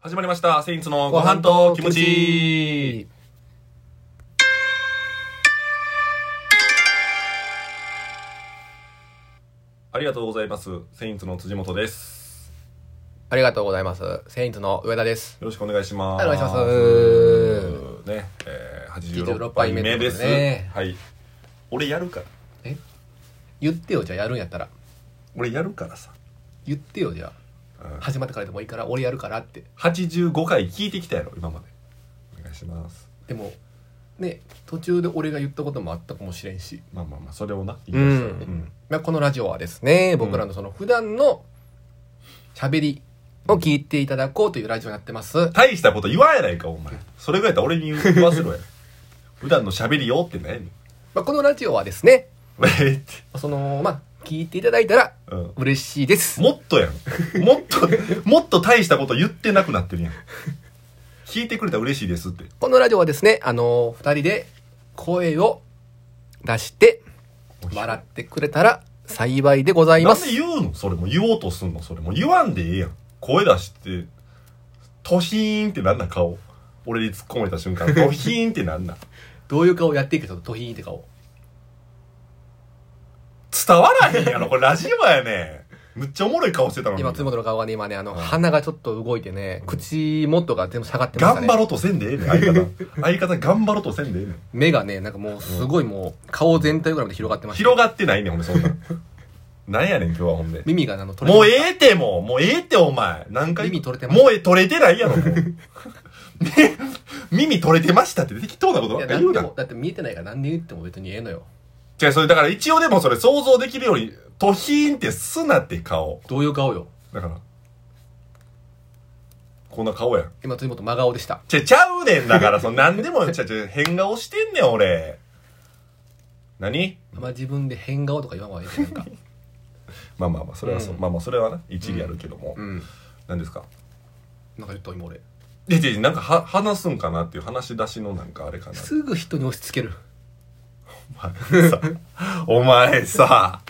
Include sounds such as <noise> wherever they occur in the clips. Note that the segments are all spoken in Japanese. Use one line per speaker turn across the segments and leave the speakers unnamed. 始まりました。セインツのご飯と気持ちいい。ありがとうございます。セインツの辻元です。
ありがとうございます。セインツの上田です。
よろしくお願いします。
お願いします
ね、えー、86
86
杯
杯
目
目
で。
ですすね
はい。俺やるから。
え言ってよ、じゃあやるんやったら。
俺やるからさ。
言ってよ、じゃあ。
うん
始まってからでもいいから、俺やるからって。
85回聞いてきたやろ、今まで。お願いします。
でも、ね、途中で俺が言ったこともあったかもしれんし。
まあまあまあ、それをな、言いましたよ。
うん
うん。
まあ、このラジオはですね、僕らのその普段の喋りを聞いていただこうというラジオになってます。
大したこと言わんやないか、お前。それぐらいだったら俺に言わせろ
<laughs>
や。普段の喋りよって何や <laughs> ねん。
まあ、このラジオはですね、
えーって。
その、まあ、聞いていただいたら
うん。
嬉しいです。
もっとやん。もっ
<laughs>
と、もっと大したこと言ってなくなってるやん。聞いてくれたら嬉しいですって。
このラジオはですね、あのー二人で声を出して、笑ってくれたら幸いでござい
な
ま。
んです言うのそれも言おうとすんのそれも言わんでええやん。声出して、トシーンってなんなん顔。俺に突っ込まれた瞬
<laughs>
間、トヒーンってなんなん
どういう顔やっていくちょっとトヒーンって顔。
伝わらへんやろこれラジオやねん。むっちゃおもろい顔してたのに。
今、つ
頑
もとの顔がね、今ね、あの、
はい
鼻がちょっと動いてね、口元が全部下がってましたね。
張ろうとせんでええねん、相方。相方頑張ろうとせんでええねん。
目がね、なんかもうすごいもう、顔全体ぐらいまで広がってました。
広がってないねん、ほんでそんなん。なんやねん、今日はほんで。
耳があの、取れ
もうええてもう、もうええってお前。何回
耳取れてま
ま
し
したた。もうえ取れてない
<laughs>
やろ、もうね耳取れてましたって適当なことば
い
っ
や
か
な
言うん
で
な
も。だって見えてないから何で言っても別にええのよ。
じゃあそれだから一応でもそれ想像できるように、トヒーンってすなって顔。
どういう顔よ。
だから、こんな顔やん。
今、辻元真顔でした。
ちゃ、ちゃうねんだ
<laughs>
から、その何でも、ちゃちゃ、変顔してんねん、俺。何
あんま自分で変顔とか言わんほうがいいねなんか。
まあまあまあ、それはそう。
うん
まあまあ、それはな、一理あるけども。
うん。
何ですか
なんか言った今俺。
で、で、なんかは、話すんかなっていう話し出しのなんかあれかな。
すぐ人に押し付ける。
<laughs> お前さ、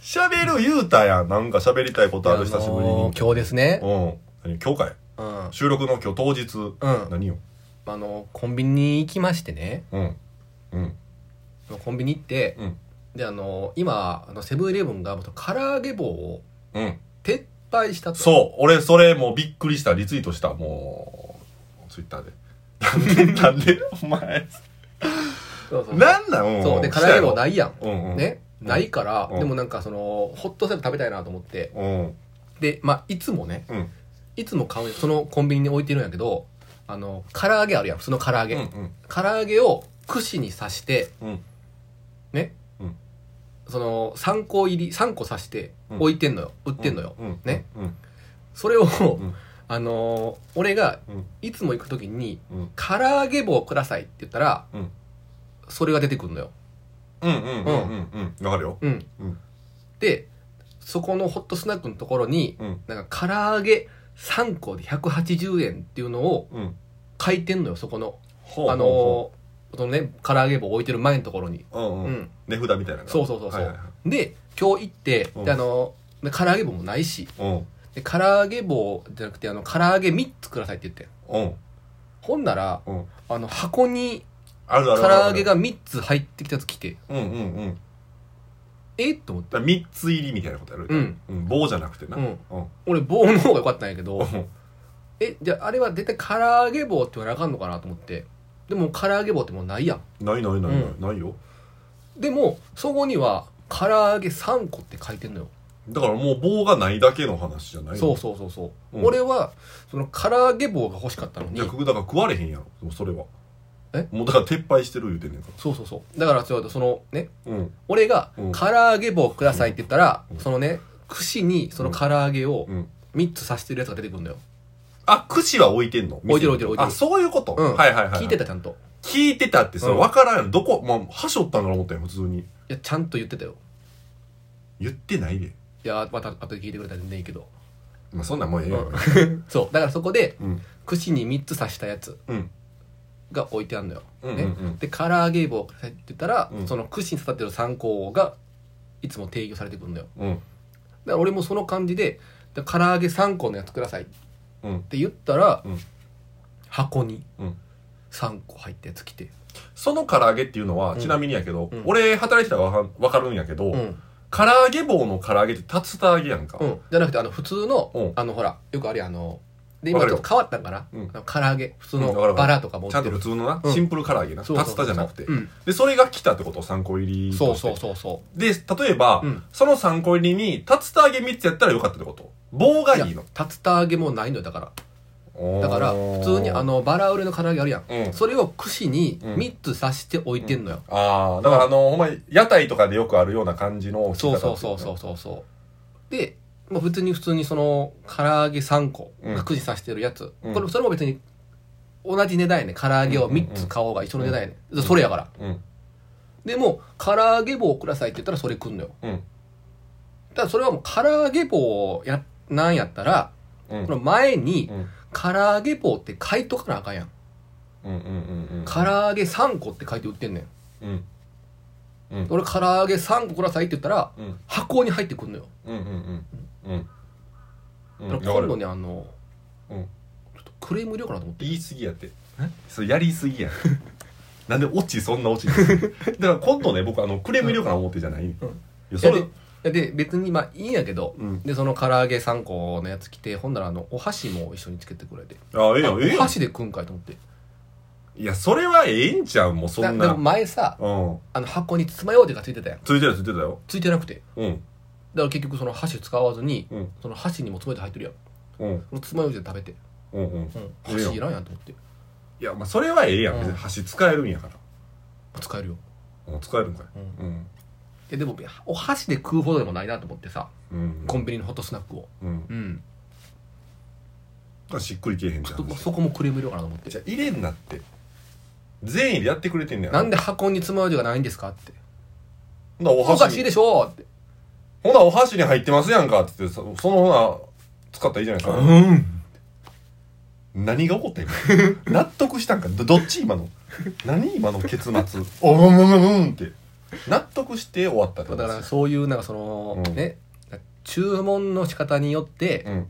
喋る言うたやん。なんか喋りたいことある久しぶり
あの
に。
ー今日ですね。
うん。何今日かい
うん。
収録の今日当日。
うん
何よ。
あのコンビニ行きましてね
うん。うん。
コンビニ行って
うん。
であの今あのセブンイレブンがもう唐揚げ棒を
うん。
撤廃したと
そう。俺、それもうびっくりした。リツイートした。もう、ツイッターで。 <laughs> なんで、なんで、お前。
そうそう
なんなん。
そうで唐揚げ棒ないいやん、
うんうん。
ね
うん
ないから、
うん
でもなんかそのホットセブン食べたいなと思って
うん。
でまあいつもね
うん。
いつも買うそのコンビニに置いてるんやけどあの唐揚げあるやん普通の唐揚
う
げ、
ん。うん。
唐揚げを串に刺して
うん。
ね、
うん
その3個入り3個刺して
うん
置いてんのよ、売ってんのよ、
うん。
ね
うん。
それを、
ん
あのー俺が
うん。
いつも行く時に
うん。
「唐揚げ棒ください」って言ったら
うん。
それが出てくるのよ、
うん。うん。うん。うん。うん。わかるよ。
うん
うん
でそこのホットスナックのところに
うん。
なんか唐揚げ3個で180円っていうのを
うん。
書いてんのよそこの
ほう
あ
ほ
のーそのね唐揚げ棒置いてる前のところに
うほううん
う
うん
ん
値札みたいなのが
そうそうそうそ
は
う、
いはいは
で今日行って
うん
であのーで唐揚げ棒もないし
うん
で唐揚げ棒じゃなくてあの唐揚げ3つくださいって言ってん
うん
ほんなら
うん
あの箱に
あるある
唐揚げが3つ入ってきたやつ来て
うんうんうん
えっと思って
だ3つ入りみたいなことやる
うん
うん棒じゃなくてな
う
うんん
俺棒の方が良かったんやけど
うん
えじゃああれは絶対唐揚げ棒って言わなあかんのかなと思ってでも唐揚げ棒ってもうないやん
ないないないな
う
いないよ
でもそこには唐揚げ3個って書いてんのよ
だからもう棒がないだけの話じゃない
そうそうそうそう、
うん
俺はその唐揚げ棒が欲しかったのに
じゃだから食われへんやろでもそれは
え
もうだから撤廃してる言うてんねんか
そうそうそうだからちょうどそのね
らうん
俺が
うん
唐揚げ棒くださいって言ったら、
うん
そのね串にその唐揚げを
うん
3つ刺してるやつが出てくるのよ、
あ串は置いてんの
置いてる置いてる置いてる
あそういうこと
うん
はいはいはい
聞いてたちゃんと
聞いてたってそれ
うん
分からんやろどこまあはしょったんから思ったよ普通に
いやちゃんと言ってたよ
言ってないで
いやまた後で聞いてくれたら全然いいけど
まあそんなんもうええよ
そうだからそこで
うん
串に3つ刺したやつ
うん
が置いてあるのよ、
うんうん
ね
うん
で唐揚げ棒くださいって言ったら、
うん
その串に刺さってる参考がいつも提供されてくるのよだか
うん
ら俺もその感じでだから唐揚げ3個のやつくださいって
うん
て言ったら、
うん
箱に
うん
3個入ったやつ来て、
その唐揚げっていうのは、
うん
ちなみにやけど、
うん
俺働いてたらわかわかるんやけど、
うん
唐揚げ棒の唐揚げって竜田揚げやんか、
うんじゃなくてあの普通の、
うん
あのほらよくあれあので
わ
今
か
ち
る
ょ
よ
っと変わったんかな、
うん
あの唐揚げ普通
うんわかる
の
わか
バ
る
ラとか持っ
ちゃ
て
んと普
る、
通のな、
うん
シンプル唐揚げな竜田じゃなくて
うん
でそれが来たってこと3個入り
そうそう
として
そうそ
で例えば、
ううん
その3個入りに竜田揚げ3つやったらよかったってこと棒がいいの
竜田揚げもないのよだから
おー
だから普通にあのバラ売りの唐揚げあるやん
うん
それを串に
うん
3つ刺して置いてんのよ、
ああだからあの、ほんまに屋台とかでよくあるような感じの切り
そう
方
そうそうそうそうそうで、まあ、普通に普通にその唐揚げ3個
うん
各自刺してるやつ、
うん
これそれも別に同じ値段やね唐揚げを3つ買おうが一緒の値段やね、んそれやから
うん
でも唐揚げ棒くださいって言ったらそれくんのよ
うん
ただそれはもう唐揚げ棒やなんやったら
うんうん
この前に
うん
唐揚げ棒って書いとかなあかんやん
うんうんうん
唐揚げ3個って書いて売ってんねん
うんうん
俺唐揚げ3個くださいって言ったら
うん
箱に入ってくんのよ、
うんうんうんうん
だ
わ
から
か
今
る
度ねあの、
うん
ちょっとクレーム入れようかなと思って
言い過ぎやってそれやりすぎ
<laughs>
やなんでオチそんなオチだから今度ね僕あのクレーム入れようかな思ってじゃない、いやそ
い
れ
やでで別にまあいいんやけど、
うん
でその唐揚げ3個のやつ来てほんならあのお箸も一緒につけてくれて
あええや
あ
んええ
お
やん
箸で食うんかいと思って
いやそれはええんちゃうもうそ
だ
ん
で
な
も前さ
うん
あの箱に爪楊枝がついてたやん
ついてたよついてたよ
ついてなくて
うん
だから結局その箸使わずに
うん
その箸にも爪楊枝入ってるやん
うん
その爪楊枝で食べて、
うんうん
うん、
ええやん
箸いらんやんと思って
いやまあそれはええやん
うん
別に箸使えるんやから
使えるよ、
うん使えるんかい
うん、い
うん
やでもお箸で食うほどでもないなと思ってさ
うん
コンビニのホットスナックを
うん
うん
だからしっくりけえへん
ち
じゃ
ょっと
ん
まあそこもクレーム入れようかなと思って
じゃあ入れんなって全員でやってくれてんねや
なんで箱に爪楊枝がないんですかって
ほなお
おか
箸
しい
に
でしょって
ほなお箸に入ってますやんかって言ってそそのほな使ったらいいじゃないですか
ん
何が起こった今 <laughs> 納得したんかどどっち今の何今の結末お <laughs> うんうんうんうんって納得して終わったってこと
だか
で
ら
す
そういうなんかその、
うん
ね注文の仕方によって
うん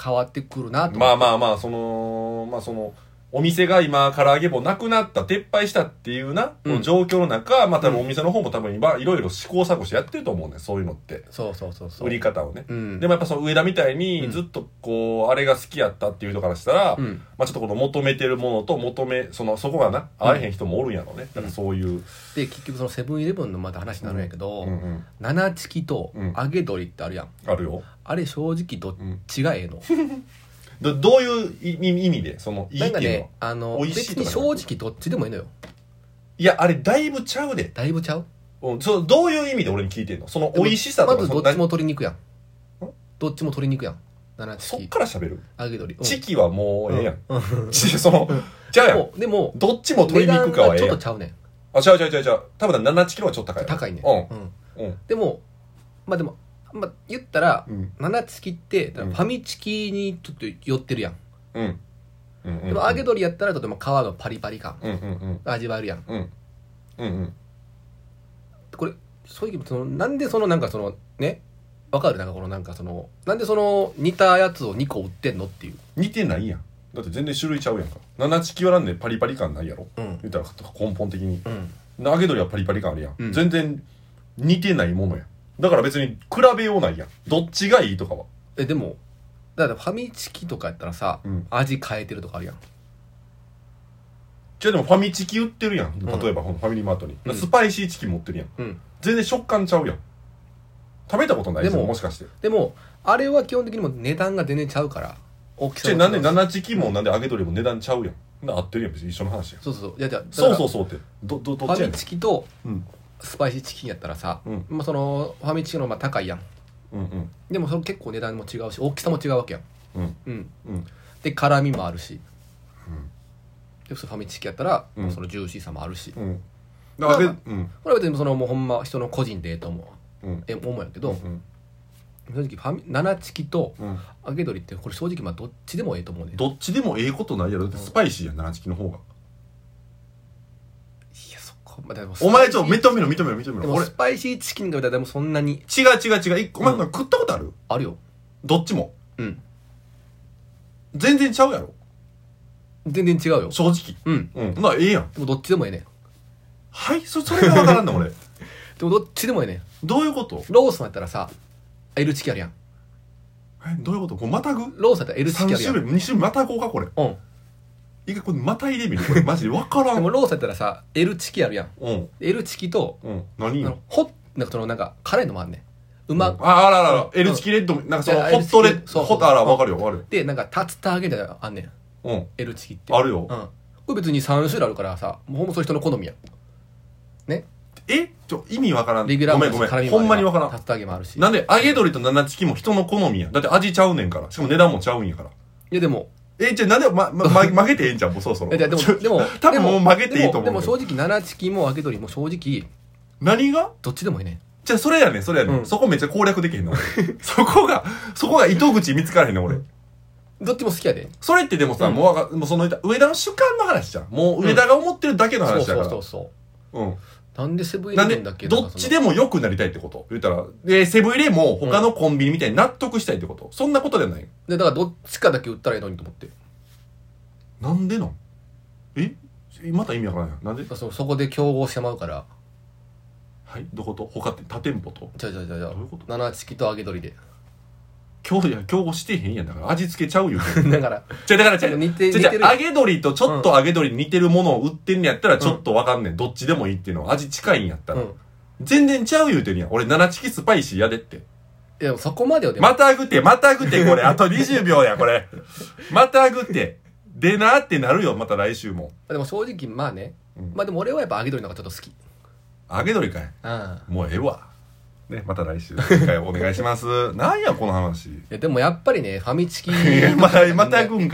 変わってくるなと
まあま
あ
あまあそのまあそのお店が今唐揚げ棒なくなった撤廃したっていうな、
うん
この状況の中まあ多分お店の方も多分今いろいろ試行錯誤してやってると思うねそういうのって
そうそうそうそう
売り方をね
うん
でもやっぱその上田みたいうに
ん
ずっとこうあれが好きやったっていう人からしたら、
うん
まあ、ちょっとこの求めてるものと求めそのそこがな合えへん人もおるんやろうね、だからそういう、
で結局そのセブンイレブンのまた話になるんやけど、
うんうん
七チキと
うん
揚げ鶏ってあるやん、
あるよ、
あれ正直どっ
うん、
ちがええの、
どどういう意味意味でそのいい
な
っ
んか
ていうのは
ねあの
美味し
別
いと
に
かじゃなく
正直どっちでもいいのよ
いやあれだいぶちゃうで、
だいぶちゃう
うん、そうどういう意味で俺に聞いてんのその美味しさと
ま
か
ず
そ
ど
の
っちも鶏肉やん
ん
どっちも鶏肉やん七チ
そっ
キ
から喋る、
揚げ鶏、うん
チキはもうええやん、
うん
ち <laughs> そのじゃあ
で
やん
もでも
どっちも鶏肉かはえ
値段がち
え
ょっ
や
と
ん
ちゃうねん
あ違う違う違う違う多分7チキの方がちょっと高い
高いね
う
う
ん
ん
うん
でもまあでも、まあ、言ったら
うん
七チキってフ
うん
ァミチキにちょっと寄ってるやん、
うんうんうん
でも揚げ鶏やったらとても皮のパリパリ感
うんうんうん
味わえるやん
うんうんうん
これ正直そのなんでそのなんかそのねわかるなんかこのなんかそのなんでその似たやつを2個売ってんのっていう
似てないやんだって全然種類ちゃうやんか七チキはなんでパリパリ感ないやろ
うん
言ったら根本的に
うん
揚げ鶏はパリパリ感あるやん、
うん
全然似てないものやんだから別に比べようないやんどっちがいいとかは
えでもだからファミチキとかやったらさ、
うん
味変えてるとかあるやん
じゃあでもファミチキ売ってるやん
ん
例えばこのファミリーマートに、
うん
スパイシーチキン持ってるやん
うん
全然食感ちゃうやん食べたことないで
でも
ももしかして
でもあれは基本的にもう値段が全然ちゃうから大きさ
じゃあな
も違うん
で7チキもなんで揚げ鶏も値段ちゃうやんな合ってるやん別に一緒の話やん
そうそうそういやじゃあ
そうそううそうってどどど
フ
っち
ァ
や
ミ
ねん
チキと
うん
スパイシーチキンやったらさ、
うん
まあ、そのファミチキの方がまあ高いやん
うんうん
でもそれ結構値段も違うし大きさも違うわけやん
うん
うん
うん
で辛みもあるし、
うん
でそのファミチキやったら、
うん
そのジューシーさもあるし
うんだからべ
まあ
うん
これは別にそのもうほんま人の個人でええと思う
うん
え思うんやけど、
うん
正直ファミ七チキと
うん
揚げ鶏ってこれ正直まあどっちでもええと思うね
どっちでもええことないやろだってスパイシーやん7チキの方が
いやそこまでも
お前ちょ
め
認めろ認めろ認め
で
ろ
も
俺
スパイシーチキンがでもそんなに
違う違う違う一個お前
うん
なんか食ったことある
あるよ
どっちも
うん
全然ちゃうやろ
全然違うよ
正直
うん
うんまあええやん
でもどっちでもええねん
はいそそれがわからんの俺
でもどっちでもええねん
どういうこと
ローソンやったらさ L チキあるやん
えどういうことこれまたぐ
ローソンやったら L チキあ
3
るや
種
ん
類2種類またこうかこれ
うん
一回これまた入れみるこれマジでわから
で
ん
もローソンやったらさ L チキあるやん
うん
で L チキと
うん
あ
何
のホッなんかそのなんか辛いのもあんねんうま
ああららら
うん
L チキレッドなんかその
いや
ホットレ
L
ッ
チキ
ド
そう
ホットあらわかるよわかる
でなんか竜田揚げみたいなのあんねん
よ
L チキって
うんあるよ
うんこれ別に3種類あるからさもうほんまその人の好みやん
えちょ意味わからん
レギュラー
ごめん
も
ご
あ
め
るし辛
んほ
みもあれば
んまにわからん
竜田揚げもあるし
なんで揚げ鶏と七チキも人の好みやだって味ちゃうねんからしかも値段もちゃうんやから
いやでも
えじゃあなんで、まま、
<laughs>
ま負けてええんじゃんもうそろそろ
いやでも
ちょ
でも
多分もう負けていいと思うけど
でもでも正直七チキも揚げ鶏も正直
何が
どっちでもいいね
じゃあそれやねんそれやねん、
うん
そこめっちゃ攻略できへ
<laughs>
んの俺そこがそこが糸口見つからへんの俺
どっちも好きやで
それってでもさ、
うん
もうわかもうその上田の主観の話じゃんもう上田が思ってるだけの
そう
話だ
そう
か
そ
ら
うそう
うん
なんでセブンイ
なん
レブ
で
ンだっけ
どっち
も
でも良くなりたいってこと言ったらでセブンイレも他のコンビニみたいに納得したいってこと、そんなことではない
でだからどっちかだけ売ったらいいのにと思って
なんでなんえまた意味わからないなんで
そそこで競合してまうから
はいどこと他って他店舗と
じゃあじゃあじゃあじゃあ
どういうこと
七チキと揚げ鶏で
今日いや競合してへんやんだから味付けちゃうよ
<laughs> だから
じゃだからじゃ
似て
じゃ
似てる
揚げ鶏とちょっと揚げ鶏に似てるものを売ってんのやったらちょっとわかんねん、どっちでもいいっていうのは味近いんやった
う
ら、
ん
全然ちゃう言うてるやん俺七チキスパイシーやでって
いやそこまではでも
またぐってまたぐってこれ
<laughs>
あと20秒やこれまたぐってでなってなるよまた来週も
でも正直まあね、
うん
まあでも俺はやっぱ揚げ鶏の方がちょっと好き
揚げ鶏かい
うん
もうええわねまた来週次
<laughs>
回お願いしますなんやこの話
いやでもやっぱりねファミチキ
またまたぐんかい